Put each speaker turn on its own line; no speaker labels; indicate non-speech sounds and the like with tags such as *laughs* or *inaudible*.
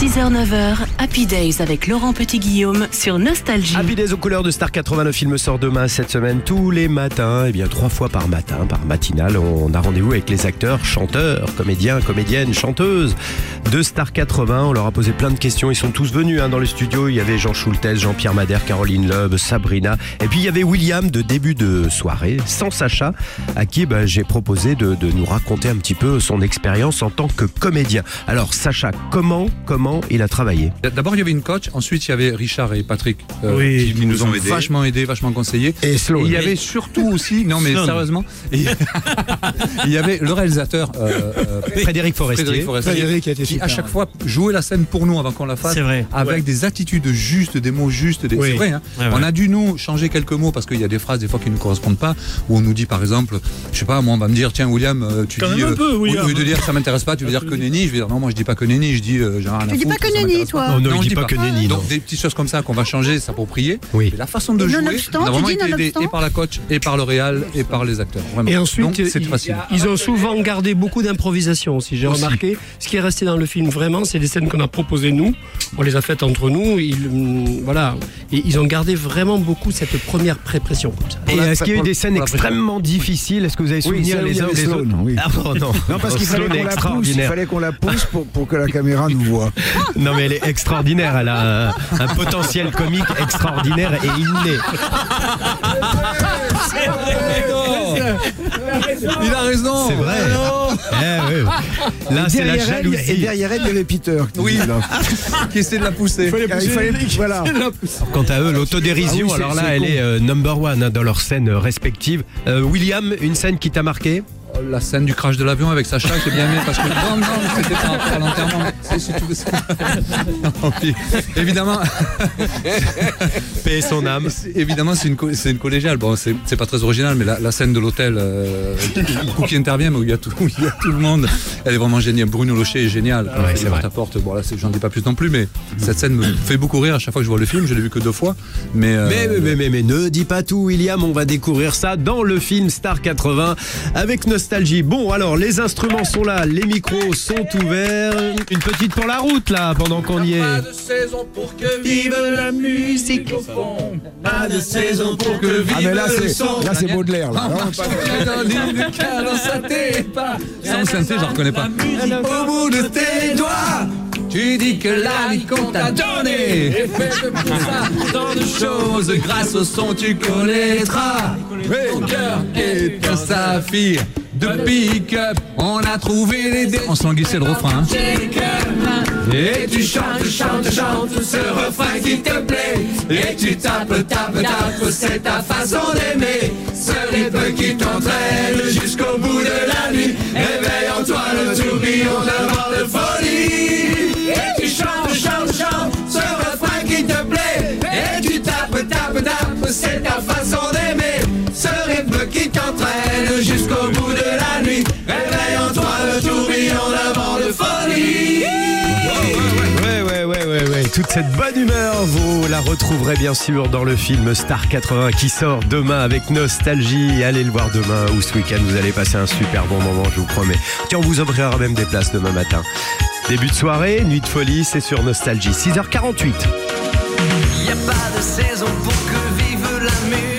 6h-9h, Happy Days avec Laurent Petit-Guillaume sur Nostalgie.
Happy Days aux couleurs de Star 89, il me sort demain cette semaine tous les matins, et bien trois fois par matin, par matinale, on a rendez-vous avec les acteurs, chanteurs, comédiens, comédiennes, chanteuses de Star 80. On leur a posé plein de questions, ils sont tous venus hein, dans le studio. Il y avait Jean Schultes, Jean-Pierre Madère, Caroline Loeb, Sabrina, et puis il y avait William de début de soirée, sans Sacha, à qui bah, j'ai proposé de, de nous raconter un petit peu son expérience en tant que comédien. Alors Sacha, comment, comment il a travaillé
D'abord, il y avait une coach, ensuite, il y avait Richard et Patrick euh,
Oui,
qui, nous, ont, vachement aidés, vachement conseillés.
Et Sloan.
il y avait surtout aussi, non mais
Sloan.
sérieusement, il *laughs* il y avait le réalisateur euh, euh,
Frédéric Forestier.
Frédéric Forestier,
Frédéric a été
qui à
super.
chaque fois jouait la scène pour nous avant qu'on la fasse.
C'est vrai.
Avec des attitudes justes, des mots justes. Des...
Oui.
C'est vrai. hein.
Ouais, ouais.
On a dû nous changer quelques mots parce qu'il y a des phrases des fois qui ne correspondent pas. Où on nous dit par exemple, je sais pas, moi on va me dire, tiens William, euh, tu
Quand
dis.
même un peu,
au-
William.
Au lieu de dire ça m'intéresse pas, tu veux dire que nenni. Je vais dire non, moi je dis pas que nenni, je dis. euh, j'en ai rien à
Tu dis
foutre,
pas que
ça
nenni,
m'intéresse
toi.
pas.
Non, ne dis
je
pas que nenni, non.
Donc des petites choses comme ça qu'on va changer, s'approprier.
Oui.
Mais la façon de
Et
jouer,
nonobstant,
on a
tu
vraiment
dis
été aidé
nonobstant
et par la coach, et par le réal, et par les acteurs. Vraiment.
Et ensuite,
Donc, c'est
ils,
facile.
ils ont souvent gardé beaucoup d'improvisation aussi, j'ai
Aussi.
remarqué. Ce qui est resté dans le film vraiment, c'est les scènes qu'on a proposées nous. On les a faites entre nous. Ils, hum, voilà. Et ils ont gardé vraiment beaucoup cette première prépression comme ça.
Et
la-
est-ce qu'il y a eu
pour-
des scènes
pour la prochaine.
extrêmement difficiles Est-ce que vous avez souvenir
celle où il
les
y
uns
avait
des autres
Sloan, oui.
Ah, oh, non.
Non, parce qu'il fallait
Sloan est
qu'on la pousse, il
extraordinaire.
fallait qu'on la pousse pour, pour que la caméra nous voit.
Non mais elle est extraordinaire, elle a un, un potentiel comique extraordinaire et inné.
Il a raison.
C'est vrai. Eh oui. Là Ah, c'est la
Derrière elle, et
jalousie.
derrière elle, il y avait Peter. qui
Oui.
disait, là.
Qui essaie de la pousser.
Il fallait, voilà.
Quant à eux, l'autodérision,
Ah oui, c'est-
alors là
c'est
elle
con.
est euh, number one hein, dans leurs scènes euh, respectives. Euh, William, une scène qui t'a marqué
La scène du crash de l'avion avec Sacha, j'ai bien aimé parce que non, non, c'était par rapport à l'enterrement. C'est- c'est tout ça. Non, puis, évidemment,
Paix et son âme.
c'est- évidemment, c'est une, co- c'est une collégiale. Bon, c'est c'est pas très original, mais la, la scène de l'hôtel, euh, le coup qui intervient, mais où il y a tout, où il y a tout le monde, elle est vraiment géniale. Bruno Locher est génial.
ouais,
Il
c'est vrai.
porte à porte. Bon, là, c'est- j'en dis pas plus non plus, mais cette scène me fait beaucoup rire à chaque fois que je vois le film. Je l'ai vu que deux fois, mais, euh,
Mais, mais, mais, mais, mais ne dis pas tout, William. On va découvrir ça dans le film Star 80 avec nostalgie. Bon, alors, les instruments sont là, les micros sont ouverts. Une petite pour la route, là, pendant qu'on y est.
Ah, mais là, c'est là, c'est Baudelaire.
Ah,
Là, non
Sans synthé, je la reconnais pas. Au bout de tes doigts, tu dis que la vie qu'on t'a donné. Et fais pour ça tant de choses, grâce au son tu connaîtras. Mon cœur est un saphir de pick-up. On a trouvé les dés. On s'enguissait le refrain. hein. Et tu chantes, chantes, chantes ce refrain qui te plaît. Et tu tapes, tapes, tapes, c'est ta façon d'aimer. Ce rythme qui t'entraîne jusqu'au bout de la nuit. Éveille en toi le tourbillon d'amour de folie. Et tu chantes, chantes, chantes ce refrain qui te plaît. Et tu tapes, tapes, tapes, c'est ta façon d'aimer. Ce rythme qui t'entraîne jusqu'au bout de la nuit. Éveille en toi le tourbillon d'amour de folie.
Ouais, ouais, ouais, ouais, ouais. Toute cette bonne humeur, vous la retrouverez bien sûr dans le film Star 80 qui sort demain avec nostalgie. Allez le voir demain ou ce week-end, vous allez passer un super bon moment, je vous promets. Tiens, on vous offrira même des places demain matin. Début de soirée, nuit de folie, c'est sur Nostalgie. 6h48.
Y a pas de saison pour que vive la musique.